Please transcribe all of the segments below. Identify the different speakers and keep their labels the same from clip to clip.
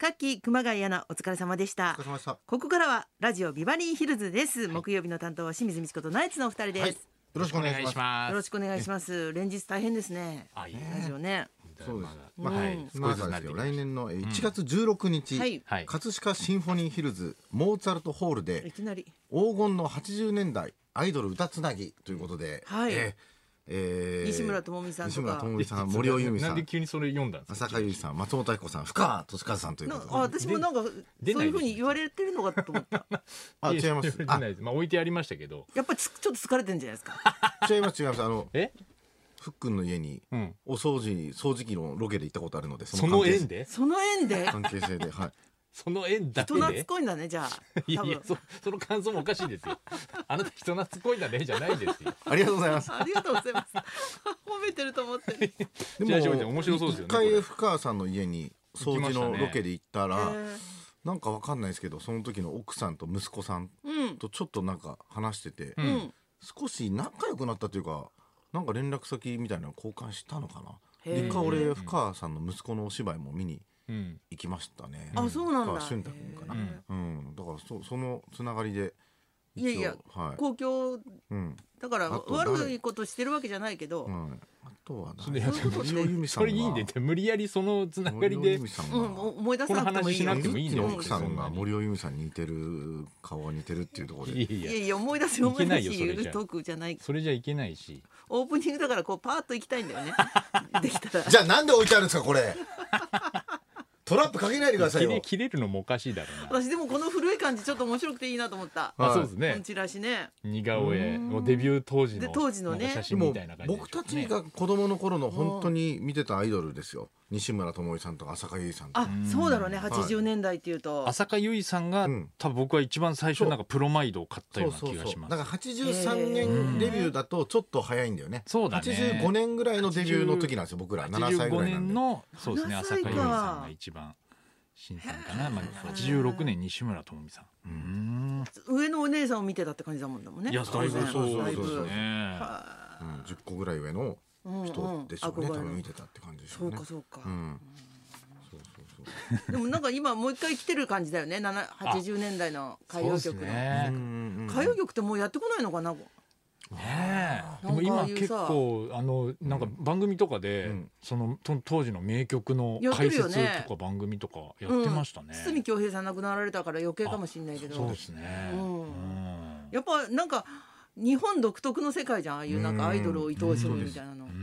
Speaker 1: 夏季熊谷アナお疲れ様でした
Speaker 2: お疲れ様でした。
Speaker 1: ここからはラジオビバリーヒルズです、木曜日の担当は清水美智子とナイツのお二人です、
Speaker 2: はい。よろしくお願いします。
Speaker 1: よろ
Speaker 3: ます。
Speaker 1: しくお願いします連日大変ですね
Speaker 3: あ、いい
Speaker 1: ラジオね
Speaker 2: そうです。ま
Speaker 3: まだ
Speaker 2: あ、
Speaker 3: はい、
Speaker 2: ま
Speaker 3: 少しず
Speaker 2: ずは
Speaker 3: つ慣
Speaker 2: です
Speaker 3: れて
Speaker 2: よ来
Speaker 3: きまし
Speaker 2: 年のえー1月16日、
Speaker 1: はい
Speaker 3: はい
Speaker 2: 葛飾シンフォニーヒルズモーツァルトホールで
Speaker 1: いきなり
Speaker 2: 黄金の80年代アイドル歌つなぎということで、
Speaker 1: はい
Speaker 2: えーえー
Speaker 1: 西村智美さんとか
Speaker 2: 西村智美
Speaker 3: た
Speaker 2: さん、森尾由美
Speaker 3: な
Speaker 2: さ
Speaker 3: んで
Speaker 2: ん、
Speaker 3: 急にそれ読んだんですか。
Speaker 2: 浅香唯さん、松本明子さん、深川俊和さんという
Speaker 1: な
Speaker 2: こ
Speaker 1: あ
Speaker 2: とで。
Speaker 1: 私もなんか
Speaker 3: 出
Speaker 1: そう
Speaker 3: ない
Speaker 1: いうふうに言われてるのかと思った
Speaker 2: あ、違います。
Speaker 3: 出
Speaker 2: あ
Speaker 3: な、いですまあ置いてありましたけど。
Speaker 1: やっぱりつちょっと疲れてんじゃないですか
Speaker 2: 違います、違います。あの、
Speaker 3: え？
Speaker 2: ふっくんの家に
Speaker 3: うん。
Speaker 2: お掃除、掃除機のロケで行ったことあるので、
Speaker 3: その縁
Speaker 2: で。
Speaker 3: で？
Speaker 1: その縁で
Speaker 2: 関係性で、はい。
Speaker 3: その縁だけ
Speaker 1: 人懐
Speaker 3: で
Speaker 1: っ？こいんだねじゃあ
Speaker 3: いや
Speaker 1: 多
Speaker 3: いや
Speaker 1: 分
Speaker 3: そその感想もおかしいです よ。あなた人懐っこいんだねじゃないですよ。
Speaker 2: ありがとうございます。
Speaker 1: ありがとうございます 褒めてると思ってる、
Speaker 2: で
Speaker 3: じゃあ翔ちゃん面白そうですよね
Speaker 2: 一
Speaker 3: これ
Speaker 2: 回深川さんの家に掃除のロケで行った
Speaker 1: え
Speaker 2: ら、
Speaker 1: ー
Speaker 2: なんかわかんないですけどその時の奥さんと息子さん
Speaker 1: うん
Speaker 2: とちょっとなんか話してて、
Speaker 3: う
Speaker 1: うんん
Speaker 2: 少し仲良くなったというかなんか連絡先みたいなの交換したのかな
Speaker 1: へー
Speaker 2: 一回
Speaker 3: う
Speaker 2: 俺
Speaker 3: ん
Speaker 2: 深川さんの息子のお芝居も見に
Speaker 3: うん。
Speaker 2: 行きましたね
Speaker 1: あそうなん
Speaker 2: 深川
Speaker 1: だ
Speaker 2: 俊太君かな
Speaker 1: へー
Speaker 2: うんだからそそのつながりで
Speaker 1: いやいや
Speaker 2: 一応はい、
Speaker 1: 公共
Speaker 2: うん
Speaker 1: だから
Speaker 2: あと誰
Speaker 1: 悪いことしてるわけじゃないけど、
Speaker 2: うん、あとはな
Speaker 3: それいや
Speaker 1: そういうこと
Speaker 2: 森尾由美さん
Speaker 3: そ
Speaker 2: が
Speaker 3: れいいんでって無理やりそのつなが
Speaker 2: 森
Speaker 3: り
Speaker 2: 尾
Speaker 3: で
Speaker 2: 由美。さ
Speaker 1: う
Speaker 2: んが
Speaker 1: ん、思い出さなくてもいい
Speaker 3: この
Speaker 1: よ
Speaker 3: 話しなくてもいいの
Speaker 2: の奥さんが
Speaker 3: うん
Speaker 2: 森尾由美さんに似てる顔が似てるっていうところ
Speaker 3: い
Speaker 2: で
Speaker 3: やい
Speaker 1: い
Speaker 3: や
Speaker 1: やいや思い出すよ
Speaker 3: い
Speaker 1: 思
Speaker 3: け
Speaker 1: い
Speaker 3: な
Speaker 1: 出
Speaker 3: い
Speaker 1: す言え
Speaker 3: よそれじ
Speaker 1: る
Speaker 3: ゃ
Speaker 1: トークじゃない
Speaker 3: それじゃいけないし。
Speaker 1: オープニングだからこうパーッと行きたいんだよ ねできたら
Speaker 2: じゃあなんで置いてあるんですかこれトラップかけないでください
Speaker 3: 切れ
Speaker 2: よ
Speaker 3: 切れるのもおかしいだろうな。
Speaker 1: 私でもこの古い感じちょっと面白くていいなと思った、
Speaker 2: はい
Speaker 3: あそうです
Speaker 1: こ
Speaker 3: ね
Speaker 1: の。チラシね
Speaker 3: 似顔絵をデビュー当時の
Speaker 1: で当時のね
Speaker 3: なんか写
Speaker 2: で
Speaker 3: 真み
Speaker 2: も
Speaker 3: たいな感じでしょう
Speaker 2: 僕
Speaker 3: かね
Speaker 2: たちが子供の頃の本当に見てたアイドルですよ西村智恵さんとか浅香唯さんとか
Speaker 1: あそうだろうね80年代っていうと、
Speaker 3: 浅香唯さんが、
Speaker 2: うん
Speaker 3: 多分僕は一番最初なんかプロマイドを買ったような気がし
Speaker 2: だ
Speaker 3: ま
Speaker 2: から
Speaker 3: す。
Speaker 2: 83年デビューだとちょっと早いんだよね
Speaker 3: そうだね
Speaker 2: 85年ぐらいのデビューの時なんですよ僕ら7歳ぐ
Speaker 3: 85
Speaker 2: らいなん
Speaker 3: 年
Speaker 2: で
Speaker 3: のそうですね
Speaker 1: 7
Speaker 3: 浅
Speaker 1: 歳
Speaker 3: 香
Speaker 1: か
Speaker 3: 唯さんが一番新さんかな、まあ、86年西村智美さん。うん
Speaker 1: 上のお姉さんを見てたって感じだもんだもんね
Speaker 3: いやだいぶ
Speaker 2: そうそう
Speaker 3: そう
Speaker 1: だ
Speaker 3: で
Speaker 1: いぶ
Speaker 3: すね。
Speaker 1: は
Speaker 2: うん、10個ぐらい上の
Speaker 1: うんうん
Speaker 2: 人でしょうね、
Speaker 1: 憧れ
Speaker 2: 多
Speaker 1: の
Speaker 2: 分見てたって感じでし
Speaker 1: そ
Speaker 2: ょ
Speaker 1: う
Speaker 2: うね
Speaker 1: かそうか、
Speaker 2: うんそうそうそう
Speaker 1: でもなんか今もう一回来てる感じだよね7 80年代の歌謡曲の、
Speaker 3: ね
Speaker 1: 歌謡曲ってもうやってこないのかな
Speaker 3: ねえでも
Speaker 1: なんかあ
Speaker 3: 今
Speaker 1: あいう
Speaker 3: 結
Speaker 1: さ
Speaker 3: 構あのなんか番組とかで、
Speaker 2: うん
Speaker 3: そのと当時の名曲の
Speaker 1: やって
Speaker 3: 解
Speaker 1: るよね
Speaker 3: 説とか番組とかやってましたね。
Speaker 1: 堤恭平さん亡くなられたから余計かもしれないけど
Speaker 3: そうですね。
Speaker 1: うん
Speaker 3: うん
Speaker 1: やっぱなんか日本独特の世界じゃんああいうなんかアイドルを愛おしむみたいなの、
Speaker 3: うん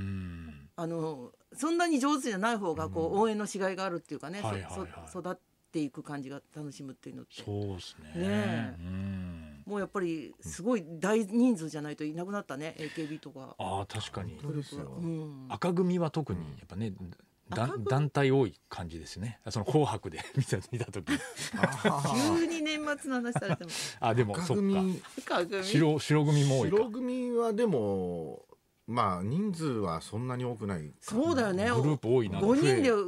Speaker 1: あのそんなに上手じゃない方がこう、応援のしがいがあるっていうかね、そ
Speaker 3: はいはいはい
Speaker 1: そ育っていく感じが楽しむっていうのって
Speaker 3: そうですね。
Speaker 1: ねえ
Speaker 3: うん。
Speaker 1: もうやっぱりすごい大人数じゃないといなくなったね AKB とか。
Speaker 3: ああ確かに
Speaker 2: 本当ですよ、
Speaker 1: うん、
Speaker 3: 赤組は特にやっぱね、だ
Speaker 1: 赤組
Speaker 3: 団体多い感じですね。あその紅白で 見た見た時、
Speaker 1: 急に年末の話されても
Speaker 3: あでも
Speaker 2: 赤
Speaker 3: そっか。
Speaker 2: 組
Speaker 1: 赤組
Speaker 3: 白白組も多いか。
Speaker 2: 白組はでもまあ人数はそんなに多くない
Speaker 1: そうだよね
Speaker 3: グループ多いな。
Speaker 1: 5人で、
Speaker 3: 増えう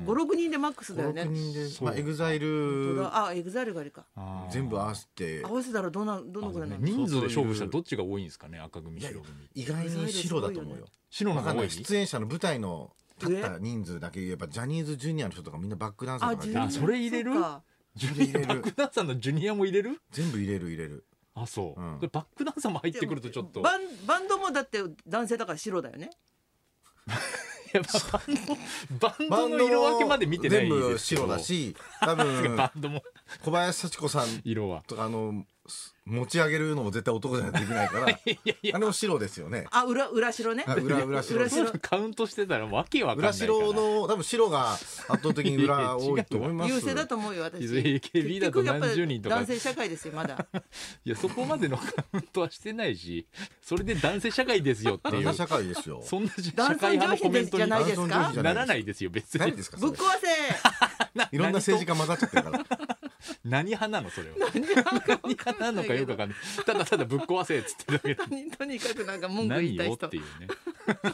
Speaker 3: ん
Speaker 1: 五六人でマックスだよね
Speaker 2: 56人で、
Speaker 3: そう
Speaker 2: まあ、エグザイ
Speaker 1: 本当
Speaker 2: ル
Speaker 1: だあエグザイルがあれか
Speaker 3: あー
Speaker 2: 全部合わせて
Speaker 1: 合わせたらどんなどのくらいな
Speaker 3: あ
Speaker 1: の、
Speaker 3: のね人数で勝負したらどっちが多いんですかね赤組
Speaker 2: いやいや
Speaker 3: 白組。
Speaker 2: 意外に白だと思うよ
Speaker 3: 白の
Speaker 2: わ
Speaker 3: 方
Speaker 2: かん
Speaker 3: が
Speaker 2: な
Speaker 3: 多
Speaker 2: い
Speaker 3: い。
Speaker 2: 出演者の舞台の立った人数だけ言えばジャニーズジュニアの人とかみんなバックダンサーとか
Speaker 1: ジ
Speaker 2: い
Speaker 1: ュ
Speaker 2: て
Speaker 1: ニア
Speaker 3: あそれ入れる
Speaker 1: そっか
Speaker 3: ジ
Speaker 2: 入
Speaker 3: ュ
Speaker 2: れ
Speaker 3: ニ
Speaker 2: る
Speaker 3: アバックダンサーのジュニアも入れる？
Speaker 2: 全部入れる入れる
Speaker 3: あそう。
Speaker 2: うん
Speaker 3: でバックダンサーも入ってくるとちょっと。
Speaker 1: バンバンドもだって男性だから白だよね
Speaker 3: いやバンドバンドの色分けまで見てない
Speaker 2: 全部
Speaker 3: ですけど
Speaker 2: 白だし 多
Speaker 3: バ
Speaker 2: 分
Speaker 3: ンドも
Speaker 2: 小林幸子さん
Speaker 3: 色は
Speaker 2: とかあのす持ち上げるのも絶対男じゃないとできないから あれも白ですよね
Speaker 1: あ裏裏白ね
Speaker 2: あ裏裏白
Speaker 1: 裏白
Speaker 3: カウントしてたらわけわかんない
Speaker 2: 裏
Speaker 3: から
Speaker 2: 白の多分白が圧倒的に裏多いと思います
Speaker 1: 優勢だと思うよ私
Speaker 3: いずれ AKB だと何十人と
Speaker 1: 結局
Speaker 3: か
Speaker 1: やっぱ男性社会ですよまだ
Speaker 3: いやそこまでのカウントはしてないしそれで男性社会ですよって
Speaker 2: 男
Speaker 3: いう
Speaker 2: 性社会ですよ
Speaker 3: そんな 社
Speaker 1: 男
Speaker 3: 会
Speaker 1: 尊
Speaker 3: 派
Speaker 1: 女
Speaker 3: のコ
Speaker 1: 卑で
Speaker 3: メン
Speaker 1: す
Speaker 3: ト
Speaker 1: じゃ
Speaker 3: に
Speaker 1: な
Speaker 3: ない
Speaker 1: です
Speaker 2: 男尊女
Speaker 1: か
Speaker 2: 卑じゃ
Speaker 3: らないですよ別
Speaker 2: 何
Speaker 3: に
Speaker 2: ですか
Speaker 1: ぶ
Speaker 2: そ
Speaker 1: っ
Speaker 2: れ
Speaker 1: 壊せ
Speaker 2: いろんな政治家混ざっちゃってるから
Speaker 3: 何派なのそれは何派なのかよくわかんないただただぶっ壊せっつってるだけで
Speaker 1: とにかくなんか文句言
Speaker 3: 何
Speaker 1: いたい
Speaker 3: よっ
Speaker 1: 人
Speaker 3: ていうね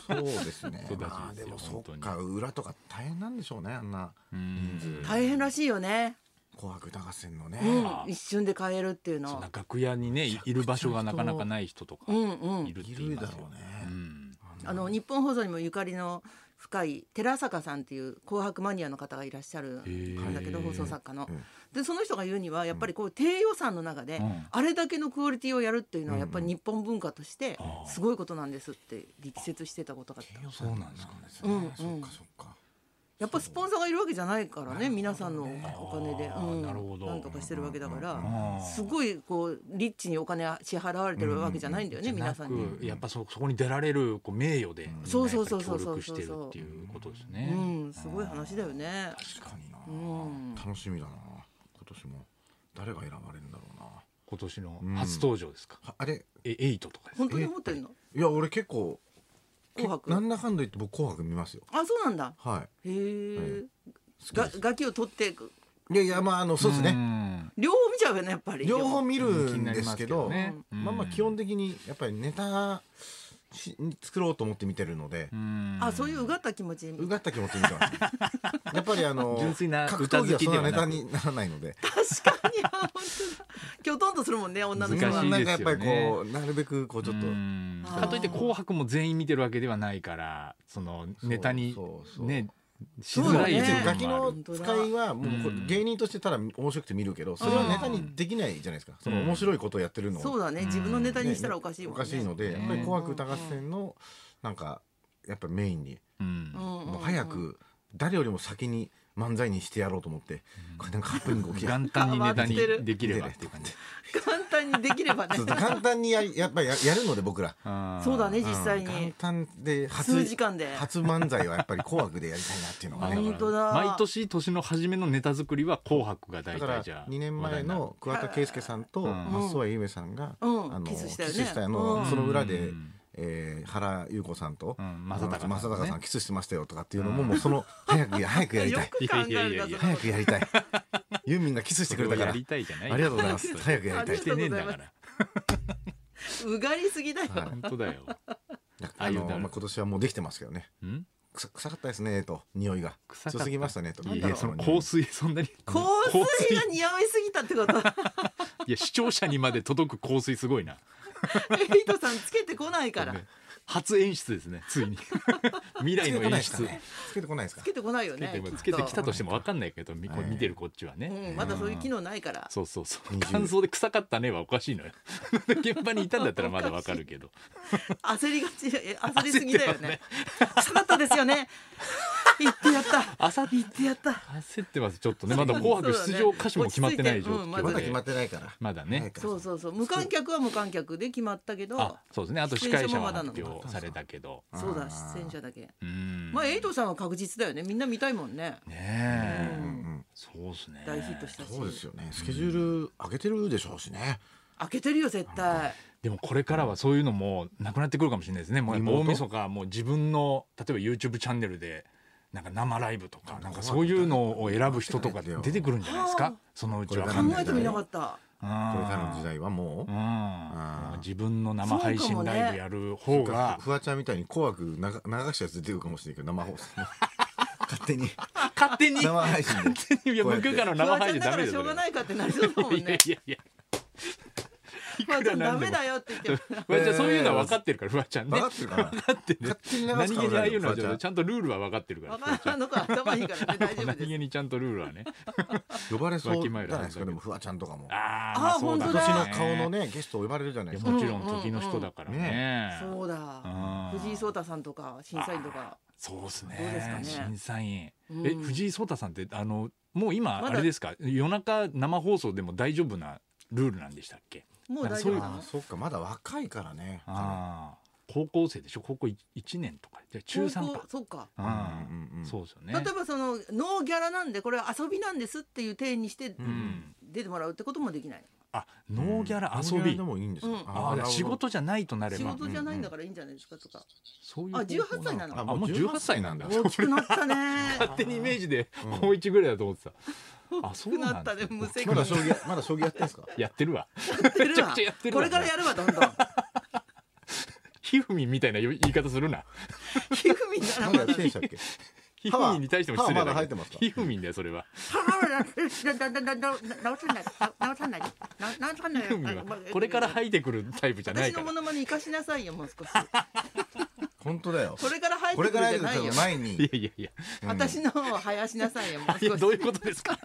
Speaker 2: そうですね
Speaker 3: そうだし
Speaker 2: まあ
Speaker 3: です
Speaker 2: で
Speaker 3: よ
Speaker 2: もそ
Speaker 3: 本当
Speaker 2: っ
Speaker 3: に
Speaker 2: か裏とか大変なんでしょうねあんな
Speaker 3: うん
Speaker 1: 大変らしいよね、
Speaker 2: 紅白歌合戦のね、
Speaker 1: うん、一瞬で変えるっていう
Speaker 3: そん
Speaker 1: の
Speaker 3: な楽屋にねいいる場所がなかなかない人とか
Speaker 1: うんう
Speaker 3: い
Speaker 1: ん
Speaker 3: るって
Speaker 2: い
Speaker 3: 言い
Speaker 2: る
Speaker 3: ま
Speaker 2: だ
Speaker 3: す
Speaker 2: ろ
Speaker 3: よ
Speaker 2: う
Speaker 3: ね
Speaker 2: ね、
Speaker 3: うん
Speaker 1: あの日本放送にもゆかりの深い寺坂さんっていう紅白マニアの方がいらっしゃるんだけど
Speaker 3: へー
Speaker 1: 放送作家の
Speaker 2: うん。
Speaker 1: でその人が言うにはやっぱりこう低予算の中で
Speaker 3: うん
Speaker 1: あれだけのクオリティをやるっていうのはやっぱり日本文化として
Speaker 3: あー
Speaker 1: すごいことなんですって力説してたことがあった。
Speaker 2: そうなんですかね。
Speaker 1: うんうん
Speaker 2: そっかそっか。
Speaker 1: やっぱスポンサーがいるわけじゃないからね皆さんのお金で、
Speaker 3: あーなるほ
Speaker 1: うん、
Speaker 3: ど
Speaker 1: なんとかしてるわけだから、
Speaker 3: あー
Speaker 1: すごいこうリッチにお金支払われてるわけじゃないんだよね、皆さんに。
Speaker 3: やっぱそそこに出られるこう名誉でみんな
Speaker 1: そうそうそうそう
Speaker 3: やっぱり協力してるっていうことですね。
Speaker 1: うん、すごい話だよね。
Speaker 2: 確かにな。
Speaker 1: うん
Speaker 2: 楽しみだな。今年も誰が選ばれるんだろうな。
Speaker 3: 今年の初登場ですか。
Speaker 2: はあれ
Speaker 3: えエイトとかですか。
Speaker 1: 本当に思ってんの
Speaker 2: いや俺結構
Speaker 1: 紅
Speaker 2: な
Speaker 1: 白
Speaker 2: んだかんだ言って僕紅白見ますよ。
Speaker 1: あそうなんだ
Speaker 2: は
Speaker 1: へえ、
Speaker 2: い。好
Speaker 1: が
Speaker 2: きです
Speaker 1: 楽器を取っていく
Speaker 2: いやいやまああのそうですね。
Speaker 3: ね。
Speaker 1: 両方見ちゃうよねやっぱり
Speaker 2: 両方見る
Speaker 3: 気
Speaker 2: ん
Speaker 3: にな
Speaker 2: で
Speaker 3: りますす
Speaker 2: け
Speaker 3: け
Speaker 2: ど、
Speaker 3: ど
Speaker 2: ま
Speaker 3: ね
Speaker 1: うん
Speaker 2: あまあ
Speaker 3: うん
Speaker 2: 基本的にやっぱりネタし作ろうと思って見てるので。
Speaker 1: あそういうう
Speaker 3: が
Speaker 1: がった気持ち
Speaker 2: うがった気持ちになってます やっぱりあの
Speaker 3: 純粋な
Speaker 2: 格闘技はそんなネタ
Speaker 3: 歌好きで
Speaker 2: にならないので
Speaker 1: 確かにあ本当だきょとんとするもんね女の
Speaker 3: 難し
Speaker 1: 子
Speaker 3: い
Speaker 1: は
Speaker 2: なん
Speaker 3: ですよね
Speaker 2: かやっぱりこうなるべくこうちょっと
Speaker 1: あー
Speaker 3: かといって紅白も全員見てるわけではないからそのネタに
Speaker 2: そうそうそう
Speaker 3: ねしづらい部
Speaker 1: そうだね
Speaker 2: ガキ
Speaker 3: 分もあ
Speaker 2: の
Speaker 3: る。
Speaker 2: 使いはもうこれ
Speaker 3: うん
Speaker 2: 芸人としてただ面白くて見るけどそれはネタにできないじゃないですかその面白いことをやってるのを
Speaker 1: そうだね自分のネタにしたらおかしい
Speaker 2: お
Speaker 1: もんね
Speaker 2: かしいのでやっぱり「紅白歌合
Speaker 1: うん
Speaker 2: 戦」のなんかやっぱメインに
Speaker 3: うん
Speaker 1: うん
Speaker 2: もう早く誰よりも先に漫才にしてやろうと思ってこれなんかハプニング起きる
Speaker 3: 元 旦にネタにできればっていう感じ。
Speaker 1: 簡単にできればね
Speaker 2: そうそう簡単にやりやっぱりややるので僕ら
Speaker 1: そうだね
Speaker 2: うん
Speaker 1: 実際に
Speaker 2: 簡単で初
Speaker 1: 数時間で
Speaker 2: 初漫才はやっぱり紅白でやりたいなっていうのが
Speaker 1: あ
Speaker 2: ね
Speaker 1: 本当だ
Speaker 3: 毎年年の初めのネタ作りは紅白が
Speaker 2: だ
Speaker 3: 大
Speaker 2: から
Speaker 3: 体じゃあ
Speaker 2: 2年前の桑田佳祐さんと
Speaker 3: うん
Speaker 2: 松任谷由実さんが、
Speaker 1: うん
Speaker 2: あの
Speaker 1: キスしたよね
Speaker 2: の、
Speaker 1: うん
Speaker 2: その裏で、
Speaker 3: うん
Speaker 2: えー原由子さんと、
Speaker 3: うん
Speaker 2: あの
Speaker 3: 正隆さんね
Speaker 2: 正隆さんキスしてましたよとかっていうのも、もうその早くや早くやり
Speaker 1: よ
Speaker 2: たい
Speaker 1: く考えるなその
Speaker 2: 早くやりたいユーミンがキスしてくれたから
Speaker 3: や
Speaker 2: あり
Speaker 3: りたいじゃない
Speaker 2: がとうございます早くやりたい
Speaker 3: してねえんだから
Speaker 1: うがりすぎだよ、
Speaker 2: はい
Speaker 3: 本当だよ
Speaker 2: あ
Speaker 3: あり
Speaker 2: の
Speaker 3: がとうございます
Speaker 2: まあ、今年はもうできてますけどね
Speaker 3: ん
Speaker 2: 臭臭かったですねと匂いが
Speaker 3: 臭かった
Speaker 2: 強すぎましたねと
Speaker 1: なん
Speaker 3: い
Speaker 1: だ
Speaker 3: やい
Speaker 1: ろ
Speaker 3: や
Speaker 1: う
Speaker 3: その
Speaker 2: 匂い
Speaker 3: 香水そんなに
Speaker 1: 香水が似合いすぎたって こと
Speaker 3: いや視聴者にまで届く香水すごいな
Speaker 1: エイトさんつけてこないから
Speaker 3: ね初演出ですね ついに未
Speaker 2: つけて
Speaker 3: 来の
Speaker 2: こないで
Speaker 3: 演
Speaker 2: すか
Speaker 3: 出
Speaker 2: ねつけてこないですか
Speaker 1: つけてこないよ
Speaker 3: つけて
Speaker 1: ねきっ
Speaker 3: も
Speaker 1: と
Speaker 3: つけてきたとしても分かんないけどみこれ見てるこっちはね、
Speaker 1: うん、まだそういう機能ないから
Speaker 3: そうそうそ
Speaker 2: 20
Speaker 3: う感想で臭かったねはおかしいのよ 現場にいたんだったらまだ分かるけど
Speaker 1: 焦りがち え焦りすぎだよね臭かったですよね言ってやった
Speaker 3: あさ
Speaker 1: 言ってやった
Speaker 3: 焦ってますちょっとねまだ「紅白」出場歌手も決まってない状況
Speaker 1: そうだね落ち着いてうんま
Speaker 2: まだ決
Speaker 3: で
Speaker 2: まってないから
Speaker 3: まだね
Speaker 2: 早く
Speaker 1: そうそうそう無観客は無観客で決まったけど
Speaker 3: あそうですねあと司会
Speaker 1: 出演者
Speaker 3: 者は
Speaker 1: もまだなの
Speaker 3: 発表されたけど
Speaker 1: そうだ
Speaker 2: あー
Speaker 1: 出演者だけ
Speaker 3: うん
Speaker 1: まあエイトさんは確実だよねみんな見たいもんね
Speaker 3: ねえ、
Speaker 1: う
Speaker 2: うんうん
Speaker 3: そうですね
Speaker 1: 大ヒットしたし
Speaker 2: そうですよねスケジュール上げてるでしょうしね
Speaker 1: 開けてるよ絶対
Speaker 3: でもこれからはそういうのもなくなってくるかもしれないですねもうやっぱ大
Speaker 2: リモート
Speaker 3: 晦日もう自分の例えば YouTube チャンネルでなんか生ライブとかなんかそういうのを選ぶ人とか出てくるんじゃないです
Speaker 1: はあ
Speaker 3: かそのうちは
Speaker 2: こ
Speaker 1: 考
Speaker 2: れから
Speaker 1: えてもいなかった
Speaker 2: こ
Speaker 3: こ
Speaker 2: れからの時代はもう
Speaker 3: うん自分の生配
Speaker 1: そうかも
Speaker 3: 信
Speaker 1: ね
Speaker 3: ライブやる方が
Speaker 2: フワちゃんみたいに紅白なが流したやつ出てくるかもしれないけど生 放送の勝手に
Speaker 3: 勝手に
Speaker 2: 生配信で
Speaker 3: 勝手 にいや
Speaker 2: こうやっ
Speaker 3: 無
Speaker 2: て
Speaker 3: 許可の
Speaker 1: フ
Speaker 3: 生
Speaker 1: ワち
Speaker 3: 配
Speaker 1: ゃん
Speaker 3: 信
Speaker 1: だか
Speaker 3: ダメ
Speaker 1: ら
Speaker 3: です
Speaker 1: しょ
Speaker 3: よ
Speaker 1: うが
Speaker 3: それ
Speaker 1: ないかってなりそうだもん
Speaker 3: いや
Speaker 1: ね
Speaker 3: いやいやい
Speaker 1: フワ
Speaker 3: く
Speaker 1: ちゃ
Speaker 3: ら
Speaker 1: んダ
Speaker 3: なん
Speaker 1: メ
Speaker 3: でも
Speaker 1: だよって言っても
Speaker 3: フワちゃんそういうのは分かってるからフワちゃん
Speaker 2: 分
Speaker 3: ね
Speaker 2: かってるかな
Speaker 3: ってる
Speaker 2: 勝手に流す
Speaker 3: 何気にああいうのはちょっとち
Speaker 2: ちゃ
Speaker 3: ゃんとルールは分かってるから
Speaker 1: わからんのか頭いいからね大丈夫
Speaker 3: 何
Speaker 1: です
Speaker 3: 気にちゃんとルールはね
Speaker 2: 呼ばれそう
Speaker 3: わ
Speaker 2: じ
Speaker 3: き
Speaker 2: ゃな
Speaker 3: まえ
Speaker 2: い
Speaker 3: るはずだけど
Speaker 2: ですかでもフワちゃんとかも
Speaker 3: あ
Speaker 1: あ
Speaker 3: ー
Speaker 1: ー
Speaker 3: まあそうだ
Speaker 1: 本
Speaker 2: 今
Speaker 1: 当だ
Speaker 2: 年の顔のねゲストを呼ばれるじゃない
Speaker 3: い
Speaker 2: です
Speaker 3: や
Speaker 2: か
Speaker 3: もちろん時の人だから
Speaker 2: うんうんうん
Speaker 3: ね
Speaker 1: そうだ
Speaker 3: うん
Speaker 1: 藤井聡太さんとか審査員とか
Speaker 3: そうです
Speaker 1: どうですか
Speaker 3: ね
Speaker 1: ね
Speaker 3: 審査員
Speaker 1: うん
Speaker 3: え藤井聡太さんってあのもう今
Speaker 1: ま
Speaker 3: あ
Speaker 1: だ
Speaker 3: れですか夜中生放送でも大丈夫なルールなんでしたっけ
Speaker 1: もう大丈
Speaker 3: そ
Speaker 1: 夫
Speaker 3: ういう
Speaker 1: な
Speaker 2: あ
Speaker 1: の
Speaker 2: ーそっかまだ若いからね
Speaker 3: ああ高校生でしょ高校い一年とかじゃあ中三
Speaker 1: 高
Speaker 3: か
Speaker 1: 校そうか
Speaker 2: ん
Speaker 3: あ
Speaker 2: うんうんうん
Speaker 3: あそうですよね
Speaker 1: 例えばそのノーギャラなんでこれは遊びなんですっていう体にして
Speaker 2: う
Speaker 3: うん
Speaker 1: 出てもらうってこともできない
Speaker 3: あノーギャラ
Speaker 2: ノ
Speaker 3: 遊
Speaker 2: ーギャ
Speaker 3: び
Speaker 2: でもいいんです
Speaker 1: うん
Speaker 2: よ
Speaker 3: ああじゃあ仕事じゃないとなれ
Speaker 1: 仕
Speaker 3: ば
Speaker 1: 事じゃないんだからいいんじゃないですかとか
Speaker 3: そういう
Speaker 1: あ
Speaker 3: 方
Speaker 1: 18
Speaker 3: 法
Speaker 1: 歳なの
Speaker 3: あもう18歳な んだ
Speaker 1: 大きくなったね
Speaker 3: 勝手にイメージで
Speaker 2: うん
Speaker 3: 高一ぐらいだと思ってたあそう
Speaker 1: な
Speaker 3: な
Speaker 1: っ
Speaker 3: ん
Speaker 1: た
Speaker 3: だ
Speaker 1: ね無責
Speaker 2: まだ
Speaker 1: 任
Speaker 2: 将棋やまだ将棋やってんす か
Speaker 3: やってるわ
Speaker 1: やってる
Speaker 3: めちゃ
Speaker 1: わ
Speaker 3: くちゃやってる
Speaker 1: こ
Speaker 3: わ
Speaker 1: れからやるわどんどん
Speaker 3: ひふみんみたいな言い方するな
Speaker 1: ひふみんならま
Speaker 2: まだや
Speaker 1: だ
Speaker 2: ってんしたっけ
Speaker 3: ひふみんに対しても失礼
Speaker 2: 歯は歯はまだ生
Speaker 3: だ
Speaker 2: え
Speaker 3: け
Speaker 2: て
Speaker 3: ど
Speaker 2: ますか
Speaker 3: ひふみんだよそれは
Speaker 1: 直さない直さない直さない
Speaker 3: ひふみんはこれから生えてくるタイプじゃな
Speaker 1: 私
Speaker 3: いか
Speaker 1: のモ
Speaker 3: ら
Speaker 1: ノマネ生かしなさいよもう少し
Speaker 2: 本当だよ
Speaker 1: これから入っ
Speaker 2: こ
Speaker 1: て
Speaker 2: れ
Speaker 1: く
Speaker 2: か
Speaker 1: る
Speaker 2: ら
Speaker 1: じゃ
Speaker 2: やる
Speaker 1: ない
Speaker 2: け
Speaker 1: よ
Speaker 2: ど。前
Speaker 3: い
Speaker 2: に
Speaker 3: やいやいや
Speaker 1: 私の方を生やしなさいよ。もう
Speaker 3: いや
Speaker 1: 少し
Speaker 3: どういうことで すか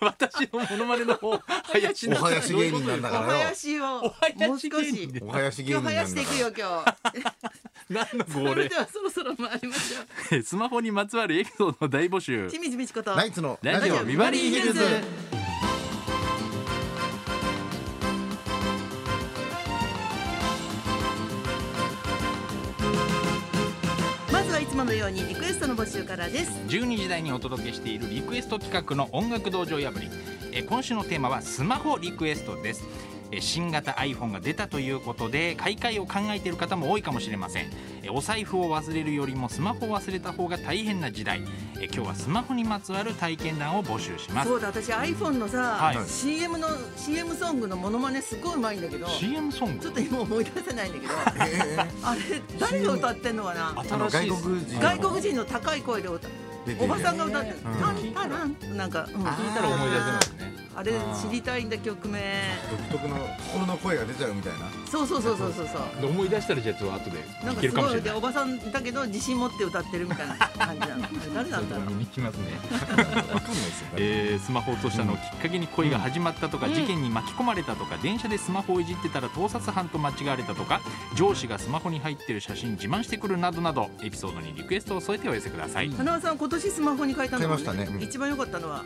Speaker 3: 私のモノマネの方林
Speaker 2: お
Speaker 3: の
Speaker 2: 囃子芸人なんだ
Speaker 1: お
Speaker 2: からよ
Speaker 1: 囃子を
Speaker 3: お囃子
Speaker 1: もう少
Speaker 3: 芸
Speaker 1: し
Speaker 3: 人。で
Speaker 2: お囃子芸
Speaker 1: 今
Speaker 2: 人
Speaker 1: 日
Speaker 2: な
Speaker 1: 囃
Speaker 2: ん
Speaker 1: して
Speaker 2: だ
Speaker 1: い
Speaker 2: か
Speaker 1: く
Speaker 2: ら
Speaker 1: よ今日。
Speaker 3: 何の号
Speaker 1: それ
Speaker 3: 令
Speaker 1: ではそろそろ参りましょう。
Speaker 3: スマホにまつわるエピソードの大募集
Speaker 1: 清水美智子と。
Speaker 2: ナイツの
Speaker 3: ラ
Speaker 2: ラ
Speaker 3: ジ
Speaker 2: ジ
Speaker 3: オ
Speaker 2: オ
Speaker 3: ビ
Speaker 2: ビ
Speaker 3: バ
Speaker 2: バ
Speaker 3: リ
Speaker 2: リー
Speaker 3: ーヒ
Speaker 2: ヒル
Speaker 3: ルズ
Speaker 2: ズ
Speaker 1: まずはいつものようにリクエストの募集からです。
Speaker 3: 12時台にお届けしているリクエスト企画の音楽道場破りえー今週のテーマはスマホリクエストですえー新型 iPhone が出たということで買い替えを考えている方も多いかもしれませんえーお財布を忘れるよりもスマホを忘れた方が大変な時代えー今日はスマホにまつわる体験談を募集します
Speaker 1: そうだ私 iPhone のさ、
Speaker 3: はい
Speaker 1: CM の CM ソングのモノマネすごいうまいんだけど、ち
Speaker 3: CM ソング
Speaker 1: ょっと今思い出せないんだけど、
Speaker 2: えー
Speaker 1: あれ誰が歌ってんのかな。
Speaker 2: あの
Speaker 3: 新しい
Speaker 2: 外国人
Speaker 1: 外国人の高い声で歌う。
Speaker 2: 出て
Speaker 1: お
Speaker 2: る
Speaker 1: ばさんが歌ってる。
Speaker 2: うん
Speaker 1: タンタランなんか、うん、
Speaker 3: 聞いたら思い出せますね
Speaker 1: あれ知りたいんだ曲名。
Speaker 2: 独特の心の声が出ちゃうみたいな
Speaker 1: そうそうそうそうそうそう。
Speaker 3: で思い出したらじゃあちょっと後で
Speaker 1: なん
Speaker 3: い
Speaker 1: か
Speaker 3: け
Speaker 1: す
Speaker 3: るかも
Speaker 1: ご
Speaker 3: しれ
Speaker 1: い
Speaker 3: な
Speaker 1: で
Speaker 3: い
Speaker 1: おばさんだけど自信持って歌ってるみたいな感じ なの。あれ誰なんだろう。
Speaker 3: 見に行きますね
Speaker 2: わかんないですよ
Speaker 3: えースマホを落としたのをきっかけに恋が始まったとか、
Speaker 1: うん
Speaker 3: 事件に巻き込まれたとか電車でスマホをいじってたら盗撮犯と間違われたとか上司がスマホに入ってる写真自慢してくるなどなどエピソードにリクエストを添えてお寄せください、
Speaker 1: 花輪さん今年スマホに変えたんだもんね
Speaker 2: 変えましたねうん
Speaker 1: 一番良かったのは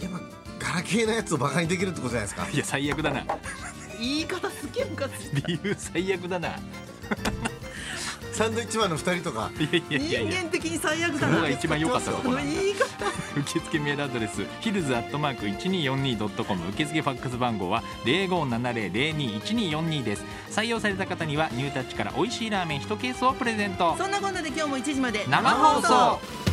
Speaker 2: やっぱガラケーのやつをバカにできるってことじゃないですか
Speaker 3: いや最悪だな
Speaker 1: 言い方すげえムカつい
Speaker 3: 理由最悪だな
Speaker 2: サンドイッチマンの2人とか
Speaker 3: いやいやいやいや
Speaker 1: 人間的に最悪
Speaker 3: そ
Speaker 1: だ
Speaker 3: れ
Speaker 1: な
Speaker 3: が一番良かったとこ
Speaker 1: この
Speaker 3: なんだ
Speaker 1: 言い方
Speaker 3: 受付メールアドレスヒルズアットマーク 1242.com 受付ファックス番号は0570021242です採用された方にはニュータッチから美味しいラーメン1ケースをプレゼント
Speaker 1: そんなこんなで今日も1時まで
Speaker 3: 生放送